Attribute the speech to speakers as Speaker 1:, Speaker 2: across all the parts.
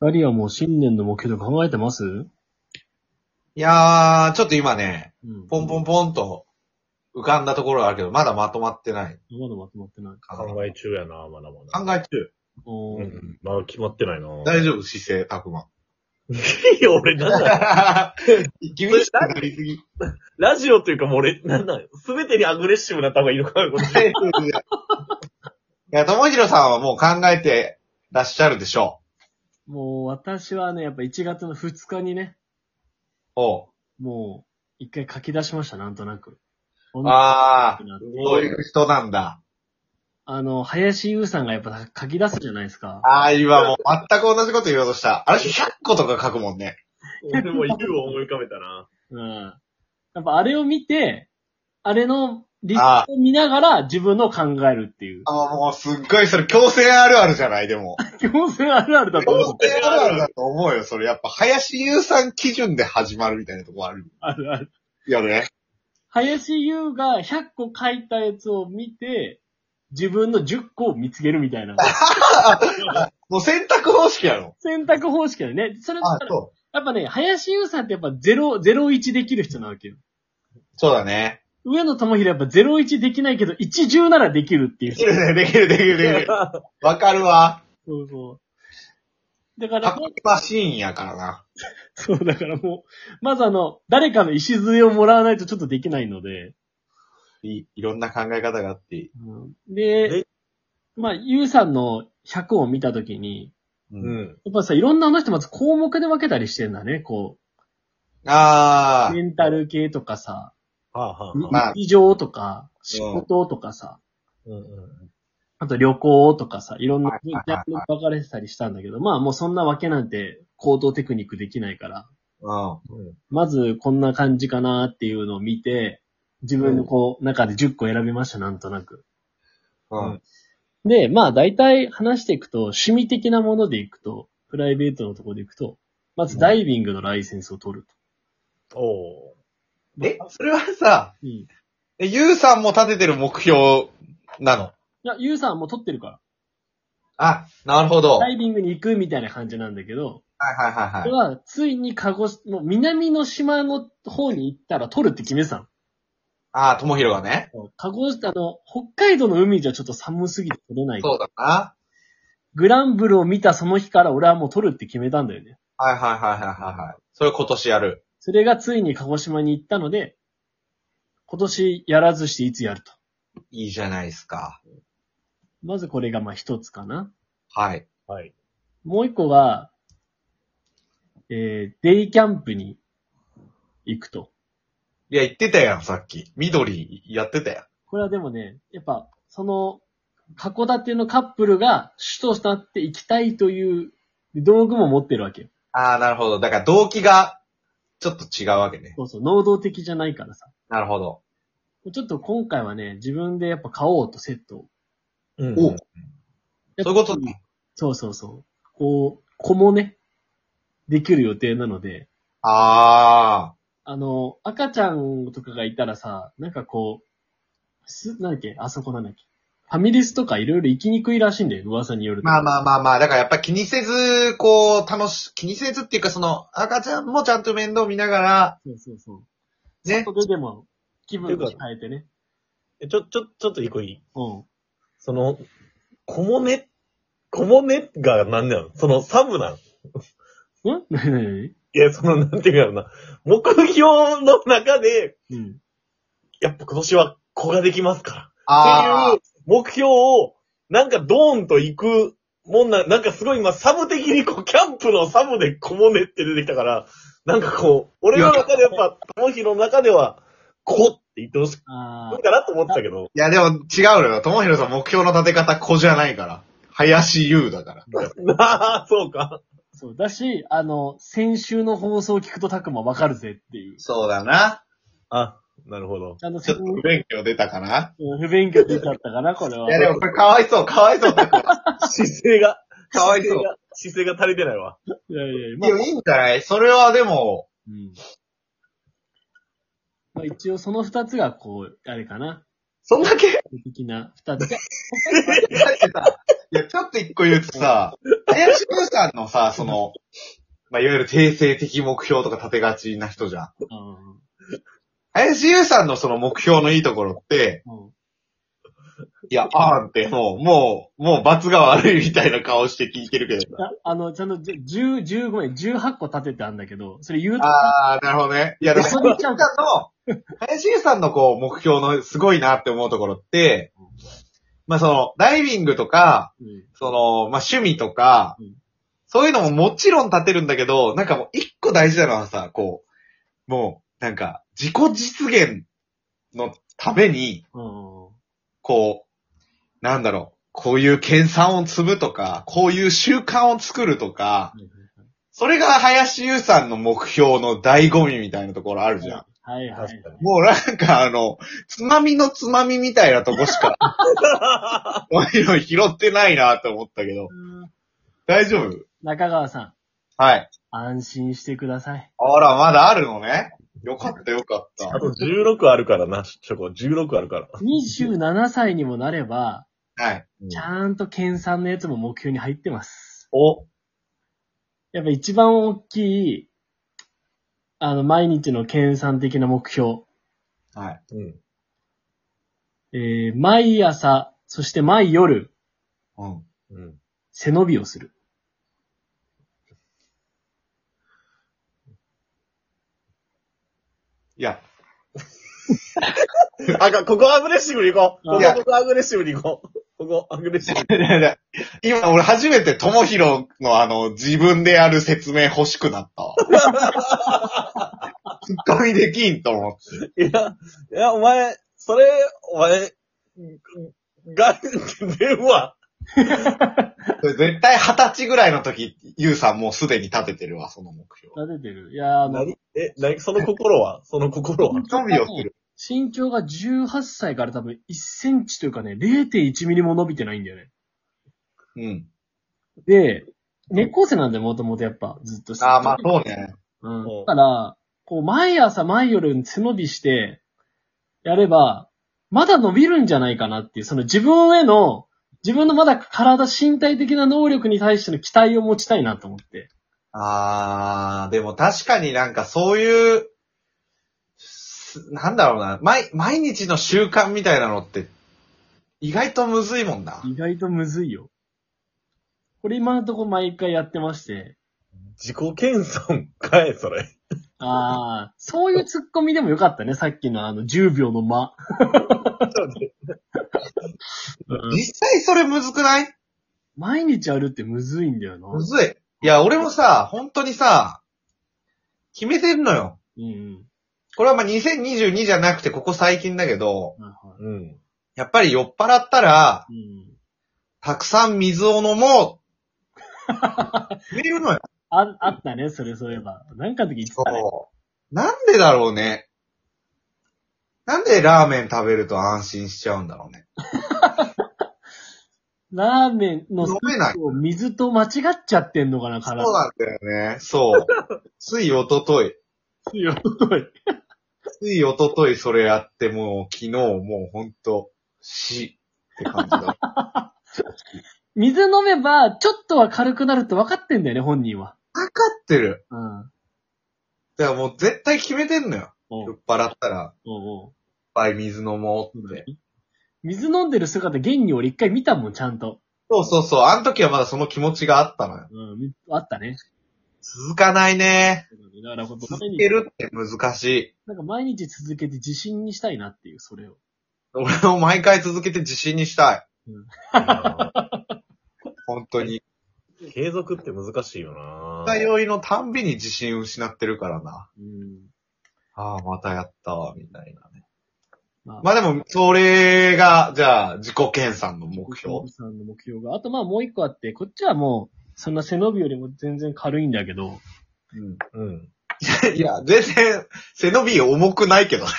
Speaker 1: 二人はもう新年の目標とか考えてますう
Speaker 2: いやー、ちょっと今ね、
Speaker 1: ん。
Speaker 2: ポンポンポンと浮かんだところはあるけど、まだまとまってない。
Speaker 1: まだまとまってない。
Speaker 2: 考
Speaker 3: 考え中やな、まだまだ。
Speaker 2: え中。
Speaker 1: お
Speaker 3: う
Speaker 1: ー
Speaker 3: ん。まあ決まってないな。
Speaker 2: 大丈夫姿勢、たくま。
Speaker 3: いや、 俺なんだよ
Speaker 2: 厳しくなりすぎ。
Speaker 3: ラジオというかもう俺、なんだよ。すべてにアグレッシブなった方がいいのかな、こ れ
Speaker 2: いや、ともひろさんはもう考えてらっしゃるでしょ
Speaker 1: もう私はね、やっぱ1月の2日にね、
Speaker 2: う。おう。
Speaker 1: もう一回書き出しました、なんとなく。
Speaker 2: あ
Speaker 1: あ。
Speaker 2: あ、そういう人なんだ。
Speaker 1: あの、林優さんがやっぱ書き出すじゃないですか。
Speaker 2: ああ、今もう全く同じこと言おうとした。あれ100個とか書くもんね。
Speaker 3: 俺も U を思い浮かべたな。
Speaker 1: うん。やっぱあれを見て、あれのリス
Speaker 2: あ
Speaker 1: トを見ながら自分のを考えるっていう。
Speaker 2: ああ、もうすっごいそれ強制あるあるじゃない、でも。
Speaker 1: 基本性あ るあるだと思う
Speaker 2: 強。制あるあるだと思うよ。それやっぱ林優さん基準で始まるみたいなとこある。
Speaker 1: あるある。
Speaker 2: いやね。
Speaker 1: 林優が100個書いたやつを見て、自分の10個を見つけるみたいな。
Speaker 2: もう選択方式やろ。
Speaker 1: 選択方式だよね。それだ
Speaker 2: あ
Speaker 1: か、ら
Speaker 2: そう。
Speaker 1: やっぱね、林優さんってやっぱ0、01できる人なわけよ。
Speaker 2: そうだね。
Speaker 1: 上野智弘やっぱ01できないけど、10ならできるっていう
Speaker 2: で。きるね、できる、できる、できる。わかるわ。
Speaker 1: そうそう。だか
Speaker 2: タ
Speaker 1: ら
Speaker 2: コ、マシーンやからな。
Speaker 1: そう、だからもう、まずあの、誰かの礎をもらわないとちょっとできないので、
Speaker 2: いいろんな考え方があっていい。
Speaker 1: で
Speaker 3: え、
Speaker 1: まあ、ゆうさんの100を見たときに、
Speaker 2: う
Speaker 3: う。ん。
Speaker 1: やっぱさ、いろんなあの人まず項目で分けたりしてんだね、こ
Speaker 2: あ
Speaker 1: う、メンタル系とかさ、
Speaker 3: はあはあ
Speaker 1: 日
Speaker 3: はあ。
Speaker 2: まあ
Speaker 1: 日常とか、仕事とかさ、
Speaker 3: うんうん
Speaker 1: あと旅行とかさ、いろんな
Speaker 2: はい
Speaker 1: ジ
Speaker 2: はいは
Speaker 1: ャ
Speaker 2: い
Speaker 1: ンルに分かれてたりしたんだけど、まあもうそんなわけなんて行動テクニックできないから、
Speaker 2: あ。
Speaker 3: うん。
Speaker 1: まずこんな感じかなっていうのを見て、自分のこう、中で10個選びました、なんとなく。
Speaker 2: うん。うん。
Speaker 1: で、まあ大体話していくと、趣味的なものでいくと、プライベートのところでいくと、まずダイビングのライセンスを取ると。
Speaker 3: おー
Speaker 2: え、それはさ、
Speaker 1: うん。い
Speaker 2: えゆうさんも立ててる目標なの。
Speaker 1: や、ゆうさんはもう取ってるか
Speaker 2: あ、なるほ
Speaker 1: ら、
Speaker 2: ど。
Speaker 1: ダ
Speaker 2: はい
Speaker 1: イビングに行くみたいな感じなんだけど、
Speaker 2: はいは
Speaker 1: これ
Speaker 2: いはい。
Speaker 1: はついに鹿児島、もう南の島の方に行ったら取るって決めてたの。
Speaker 2: あー、ともひろがね。
Speaker 1: 鹿児島、あの、北海道の海じゃちょっと寒すぎて取れない。
Speaker 2: そうだな。
Speaker 1: グランブルを見たその日から俺はもう取るって決めたんだよね。
Speaker 2: はいはいはいはいはいはい。それ今年やる。
Speaker 1: それがついに鹿児島に行ったので、今年やらずしていつやると。
Speaker 2: いいじゃないですか。
Speaker 1: まずこれがまあ一つかな。
Speaker 2: はい。
Speaker 3: はい。
Speaker 1: もう一個が、えー、デイキャンプに行くと。
Speaker 2: いや、言ってたやん、さっき。緑やってたやん。
Speaker 1: これはでもね、やっぱ、その、函館のカップルが主となって行きたいという道具も持ってるわけよ。
Speaker 2: あー、なるほど。だから動機が、ちょっと違うわけね。
Speaker 1: そうそう、能動的じゃないからさ。
Speaker 2: なるほど。
Speaker 1: ちょっと今回はね、自分でやっぱ買おうとセットを。
Speaker 3: うん
Speaker 2: おそういうことね。
Speaker 1: そうそうそう。こう、子もね、できる予定なので、
Speaker 2: あ
Speaker 1: あの、赤ちゃんとかがいたらさ、なんかこう、す、なんだっけ、あそこなんだっけ。ファミレスとかいろいろ行きにくいらしいんだよ、噂による
Speaker 2: ー。
Speaker 1: と。
Speaker 2: まあまあまあまあ、だからやっぱ気にせず、こう、楽し、気にせずっていうかその、赤ちゃんもちゃんと面倒見ながら、
Speaker 1: そうそうそう。
Speaker 2: ね。
Speaker 1: それでも、気分を変えてね。
Speaker 3: えちょ、ちょ、ちょっと一個いい
Speaker 1: うん。
Speaker 3: その、こもね、こもねが何なのそのサブなの
Speaker 1: ん なになになに
Speaker 3: いや、その、なんていうかな。目標の中で、
Speaker 1: うん。
Speaker 3: やっぱ今年は子ができますから。
Speaker 2: あ
Speaker 3: っていう目標を、なんかドーンと行くもんな、なんかすごい今サブ的にこう、キャンプのサブでこもねって出てきたから、なんかこう、俺の中でやっぱ、ともひろの中では、子って言ってほしい
Speaker 1: あ
Speaker 3: のかなと思ってたけど、
Speaker 2: いや、でも違うのよ。ともひろさん目標の立て方、子じゃないから。林優だから。
Speaker 3: ああ、そう
Speaker 1: あ、
Speaker 3: か。
Speaker 1: そう。だし、あの、先週の放送を聞くとたくまわかるぜっていう。
Speaker 2: そうだな。
Speaker 3: あ、なるほど。
Speaker 1: あの、
Speaker 2: ちょっと不勉強出たかな。
Speaker 1: うん不勉強出ちゃったかな、これは。
Speaker 2: いや、でもこれかわいそう、かわい そう。か
Speaker 3: 姿勢が、
Speaker 2: わいそう。
Speaker 3: 姿勢が足りてないわ。
Speaker 1: いやいやいや、
Speaker 2: でもいいんじゃないそれはでも、
Speaker 1: うんまあ、一応その二つがこう、あれかな。
Speaker 2: そんだけ、
Speaker 1: 的な二つが。
Speaker 2: いや、ちょっと一個言うとさ、林優さんのさ、その、まあ、いわゆる定性的目標とか立てがちな人じゃん。
Speaker 1: うん
Speaker 2: 林優さんのその目標のいいところって、
Speaker 1: うん
Speaker 2: いや、あーんってもう、もう、もう罰が悪いみたいな顔して聞いてるけどさ。
Speaker 1: ああの、ちゃんと、じゅ10、15円、18個立ててあんだけど、それ言うと、
Speaker 2: あー、なるほどね。いや、でも、
Speaker 1: そ
Speaker 2: 林
Speaker 1: こに
Speaker 2: 優
Speaker 1: ちゃ
Speaker 2: さ
Speaker 1: うん
Speaker 2: の、林優さんのこう、目標のすごいなって思うところって、まあ、その、ダイビングとか、
Speaker 1: うん
Speaker 2: その、まあ、趣味とか、
Speaker 1: うん
Speaker 2: そういうのももちろん立てるんだけど、なんかもう一個大事なのはさ、こう、もう、なんか、自己実現のために、
Speaker 1: うんうん
Speaker 2: こう、なんだろう、こういう研鑽を積むとか、こういう習慣を作るとか、それが林優さんの目標の醍醐味みたいなところあるじゃん。
Speaker 1: はいはいはい。
Speaker 3: 確かに
Speaker 2: もうなんかあの、つまみのつまみみたいなとこしか、 こういうの拾ってないなと思ったけど。
Speaker 1: うん
Speaker 2: 大丈夫
Speaker 1: 中川さん、
Speaker 2: はい。
Speaker 1: 安心してください。
Speaker 2: あら、まだあるのね。よかったよかった
Speaker 3: あ。と16あるからな、チョコ。16あるから。
Speaker 1: 27歳にもなれば、
Speaker 2: はい。
Speaker 1: ちゃんと研鑽のやつも目標に入ってます。
Speaker 3: お、
Speaker 1: やっぱ一番大きい、あの、毎日の研鑽的な目標。
Speaker 2: はい。
Speaker 3: うん。
Speaker 1: えー、毎朝、そして毎夜、
Speaker 2: うん。
Speaker 3: うん。
Speaker 1: 背伸びをする。
Speaker 2: いや、
Speaker 3: あかん、ここアグレッシブに行こう。こ
Speaker 1: い
Speaker 2: や
Speaker 3: こ、ここアグレッシブに行こう。ここアグレッシブに。
Speaker 2: いやいや今俺初めてともひろのあの、自分でやる説明欲しくなったわ。 ツッコミできんと思って。
Speaker 3: いや、いや、お前、それ、お前、が、出るわ。
Speaker 2: これ絶対二十歳ぐらいの時、ゆうさんもうすでに立ててるわ、その目標。
Speaker 1: 立ててる。いやー、あの、
Speaker 3: 何え、何その心はその心は
Speaker 2: 伸びをする。
Speaker 1: 身長が18歳から多分1センチというかね、0.1ミリも伸びてないんだよね。
Speaker 2: うん。
Speaker 1: で、猫背なんだよ、もともとやっぱ、ずっと
Speaker 2: ああ、まあそうね。
Speaker 1: うん
Speaker 3: うん。
Speaker 1: だから、こう、毎朝毎夜背伸びして、やれば、まだ伸びるんじゃないかなっていう、その自分への、自分のまだ体、身体的な能力に対しての期待を持ちたいなと思って。
Speaker 2: ああ、でも確かになんかそういう、すなんだろうな、毎、毎日の習慣みたいなのって、意外とむずいもんな。
Speaker 1: 意外とむずいよ。これ今のとこ毎回やってまして。
Speaker 3: 自己謙遜かえ、それ。
Speaker 1: ああ、そういうツッコミでもよかったね、さっきのあの10秒の間。
Speaker 2: 実際それむずくない
Speaker 1: 毎日やるってむずいんだよな。
Speaker 2: むずい。いや、俺もさ、本当にさ、決めてんのよ。
Speaker 1: うん
Speaker 2: これはまあ2022じゃなくて、ここ最近だけど、
Speaker 1: うん。はいはい
Speaker 3: うん。
Speaker 2: やっぱり酔っ払ったら、
Speaker 1: うん。
Speaker 2: たくさん水を飲もう。決めるのよ。
Speaker 1: あ、あったね、それそういえば。なんかの時言ってたね。
Speaker 2: そう。なんでだろうね。なんでラーメン食べると安心しちゃうんだろうね。
Speaker 1: ラーメンの
Speaker 2: 飲めない。
Speaker 1: を水と間違っちゃってんのかな、
Speaker 2: そう
Speaker 1: 体。
Speaker 2: なんだよね。そう。 ついおととい。
Speaker 1: うよ。
Speaker 2: ついおとといそれやって、もう昨日もうほんと、死って感じだ。
Speaker 1: 水飲めば、ちょっとは軽くなるって分かってんだよね、本人は。
Speaker 2: わかってる。
Speaker 1: うん。
Speaker 2: だからもう絶対決めてんのよ。
Speaker 1: お
Speaker 2: 酔
Speaker 1: う
Speaker 2: っ払ったら、いっ
Speaker 1: おうおう
Speaker 2: ぱい水飲もうって。
Speaker 1: 水飲んでる姿、現に俺一回見たもん、ちゃんと。
Speaker 2: そうそうそう。あの時はまだその気持ちがあったのよ。
Speaker 1: うん、みあったね。
Speaker 2: 続かないね。
Speaker 1: だから、こう
Speaker 2: 続
Speaker 1: 毎
Speaker 2: け
Speaker 1: 日、
Speaker 2: るって難しい。
Speaker 1: なんか毎日続けて自信にしたいなっていう、それを。
Speaker 2: 俺も毎回続けて自信にしたい。本当に。
Speaker 3: 継続って難しいよな
Speaker 2: 二日酔いのたんびに自信失ってるからな。
Speaker 1: うん。
Speaker 2: ああ、またやったわ、みたいなね。
Speaker 1: ま
Speaker 2: まあでも、それが、じゃあ、自己研鑽の目標
Speaker 1: さんの目標が。あと、まあ、もう一個あって、こっちはもう、そんな背伸びよりも全然軽いんだけど、
Speaker 3: うん。
Speaker 2: いや、全然、背伸び重くないけどね。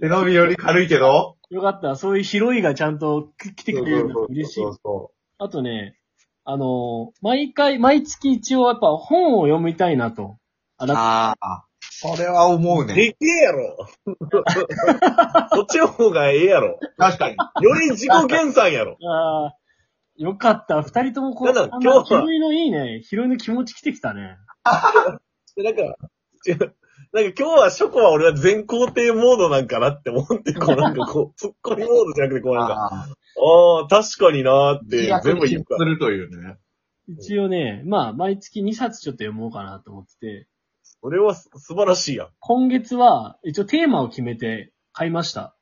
Speaker 2: 背伸びより軽いけど。
Speaker 1: よかった。そういう拾いがちゃんと来てくれるのが嬉しい
Speaker 2: そう。そ
Speaker 1: あとね、あのー毎回、毎月一応やっぱ本を読みたいなと。あ
Speaker 2: う。
Speaker 1: ら
Speaker 2: ああ。それは思うね。
Speaker 3: でけえやろ。そっちの方がええやろ。
Speaker 2: 確かに。
Speaker 3: より自己減産やろ。
Speaker 1: ああ、よかった。二人ともこ
Speaker 3: ただ今日は
Speaker 1: 拾いのいいね。拾いの気持ち来てきたね。
Speaker 3: なんか、違うなんか今日はショコは俺は全肯定モードなんかなって思って、こうなんかこう、ツッコミモードじゃなくて、こうなんか、
Speaker 2: ああ
Speaker 3: ああ、確かになーっ
Speaker 2: ー、
Speaker 3: て全
Speaker 2: 全
Speaker 3: 部
Speaker 2: 部
Speaker 3: 言
Speaker 2: 言
Speaker 3: う
Speaker 2: う
Speaker 3: から。
Speaker 2: するというね。
Speaker 1: 一応ね、まあ、毎月2冊ちょっと読もうかなと思ってて、
Speaker 3: それはす素晴らしいやん。
Speaker 1: 今月は一応テーマを決めて買いました。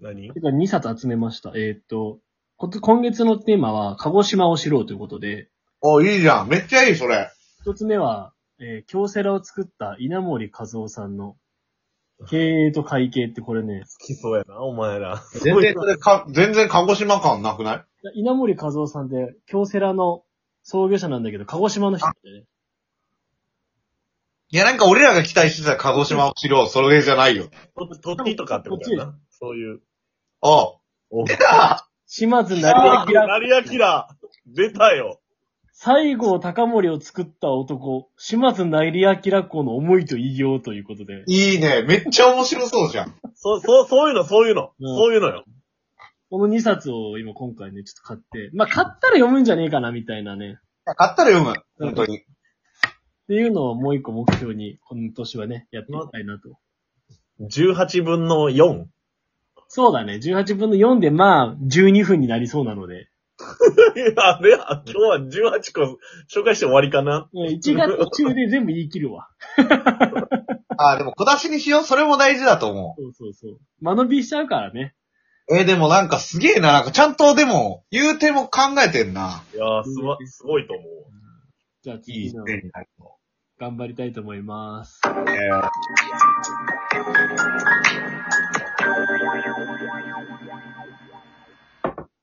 Speaker 3: 何
Speaker 1: てか2冊集めました。えーっと、こと今月のテーマは、鹿児島を知ろうということで、
Speaker 2: お、いいじゃん。めっちゃいい、それ。
Speaker 1: 一つ目は、えー京セラを作った稲森和夫さんの、経営と会計ってこれね、
Speaker 3: 好きそうやな、お前ら。
Speaker 2: 全然、それか、全然鹿児島感なくない
Speaker 1: 稲森和夫さんって、京セラの創業者なんだけど、鹿児島の人だよね。
Speaker 2: いや、なんか俺らが期待してた鹿児島を知ろう、それじゃないよ。
Speaker 3: ととっちとかってことやな。そういう。
Speaker 2: ああ。
Speaker 3: お
Speaker 2: 出た
Speaker 1: 島津
Speaker 3: あ
Speaker 1: 成明、
Speaker 3: 成明出たよ。
Speaker 1: 西郷隆盛を作った男、島津成明公の思いと異業ということで、
Speaker 2: いいね。めっちゃ面白そうじゃん。
Speaker 3: そう、そう、そういうの、そういうの。
Speaker 1: うん
Speaker 3: そういうのよ。
Speaker 1: この2冊を今今回ね、ちょっと買って、まあ、買ったら読むんじゃねえかな、みたいなね。
Speaker 2: 買ったら読む。本当に。
Speaker 1: っていうのをもう一個目標に、今年はね、やっていきたいなと。
Speaker 3: 18分の 4?
Speaker 1: そうだね。18分の4で、まあ、12分になりそうなので。
Speaker 3: あれ や、今日は18個紹介して終わりかな。
Speaker 1: 1月中で全部言い切るわ。
Speaker 2: ああ、でも小出しにしよう。それも大事だと思
Speaker 1: そうそうそう。間延びしちゃうからね。
Speaker 2: う。えーでもなんかすげえな。なんかちゃんとでも、言うても考えてんな。
Speaker 3: いやー、すごすごいと思う。
Speaker 1: じゃあ
Speaker 2: いい
Speaker 1: 次
Speaker 2: 一
Speaker 1: の、
Speaker 2: 年になると。
Speaker 1: 頑張りたいと思います。
Speaker 2: えー